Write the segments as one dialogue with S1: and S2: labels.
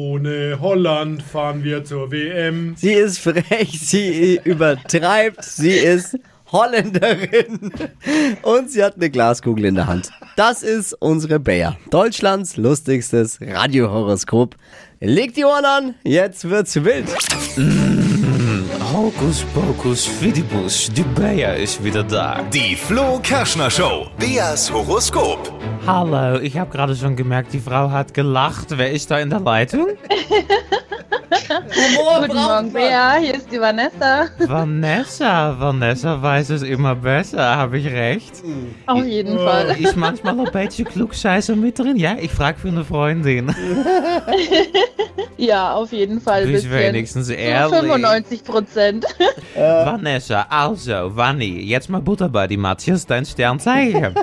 S1: Ohne Holland fahren wir zur WM.
S2: Sie ist frech, sie übertreibt, sie ist Holländerin und sie hat eine Glaskugel in der Hand. Das ist unsere Bär. Deutschlands lustigstes Radiohoroskop. Legt die Ohren an, jetzt wird's wild.
S3: Hokus Pokus Fidibus, die Bayer ist wieder da.
S4: Die Flo Kerschner Show. Beas Horoskop.
S3: Hallo, ich habe gerade schon gemerkt, die Frau hat gelacht. Wer ist da in der Leitung?
S2: Humor
S5: Guten Morgen, Bea, hier ist die Vanessa.
S3: Vanessa, Vanessa weiß es immer besser, habe ich recht?
S5: Auf jeden Fall.
S3: Ist manchmal ein beetje klugscheißer mit drin? Ja, ich frage für eine Freundin.
S5: Ja, auf jeden Fall. ein
S3: Du bist
S5: bisschen.
S3: wenigstens
S5: So
S3: ehrlich.
S5: 95 Prozent.
S3: Vanessa, also, Vanni, jetzt mal Butter bei die Matthias, dein Sternzeichen.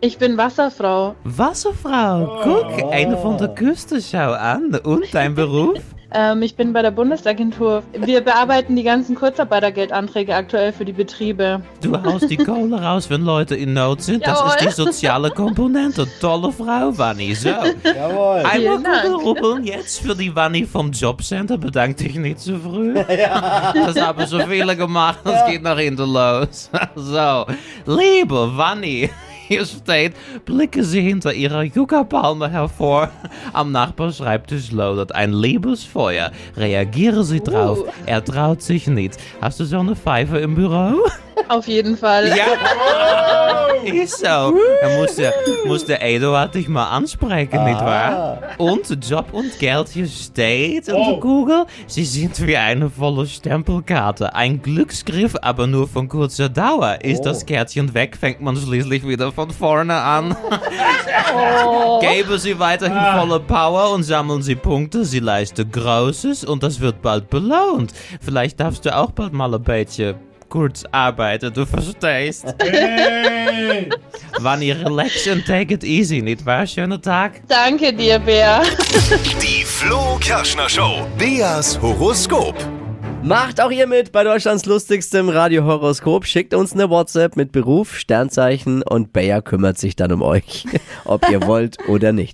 S5: Ich bin Wasserfrau.
S3: Wasserfrau, guck, eine von der Küste, schau an. Und dein Beruf?
S5: Ähm, ich bin bei der Bundesagentur. Wir bearbeiten die ganzen Kurzarbeitergeldanträge aktuell für die Betriebe.
S3: Du haust die Kohle raus, wenn Leute in Not sind. Das ist
S5: Jawohl.
S3: die soziale Komponente. Tolle Frau, Wanni. So,
S2: Jawohl.
S3: einmal
S5: Vielen Dank.
S3: Kugelrubbeln jetzt für die Wanni vom Jobcenter. Bedank dich nicht zu früh. Das haben so viele gemacht. Das geht nach hinten los. So, liebe Wanni. Hier steht, blicken Sie hinter Ihrer Yucca-Palme hervor. Am Nachbarschreibtisch lodert ein Liebesfeuer. Reagieren Sie drauf.
S5: Uh.
S3: Er traut sich nicht. Hast du so eine Pfeife im Büro?
S5: Auf jeden Fall.
S3: Ja, ist so. Da muss der, muss der Eduard dich mal ansprechen, nicht wahr? Und Job und Geld hier steht in der
S1: Oh.
S3: Google. Sie sind wie eine volle Stempelkarte. Ein Glücksgriff, aber nur von kurzer Dauer. Ist das Kärtchen weg, fängt dus man schließlich wieder von vorne an.
S5: Oh,
S3: Geben Sie weiterhin volle Power und sammeln Sie Punkte. Sie leisten Großes und das wird bald belohnt. Vielleicht darfst du auch bald mal ein bisschen kurz arbeiten, du verstehst.
S1: Hey!
S3: Wann ihr relax and take it easy, nicht wahr? Schönen Tag.
S5: Danke dir, Bea.
S4: Die Flo Kerschner Show. Beas Horoskop.
S2: Macht auch ihr mit bei Deutschlands lustigstem Radiohoroskop. Schickt uns eine WhatsApp mit Beruf, Sternzeichen und Bayer kümmert sich dann um euch, ob ihr wollt oder nicht.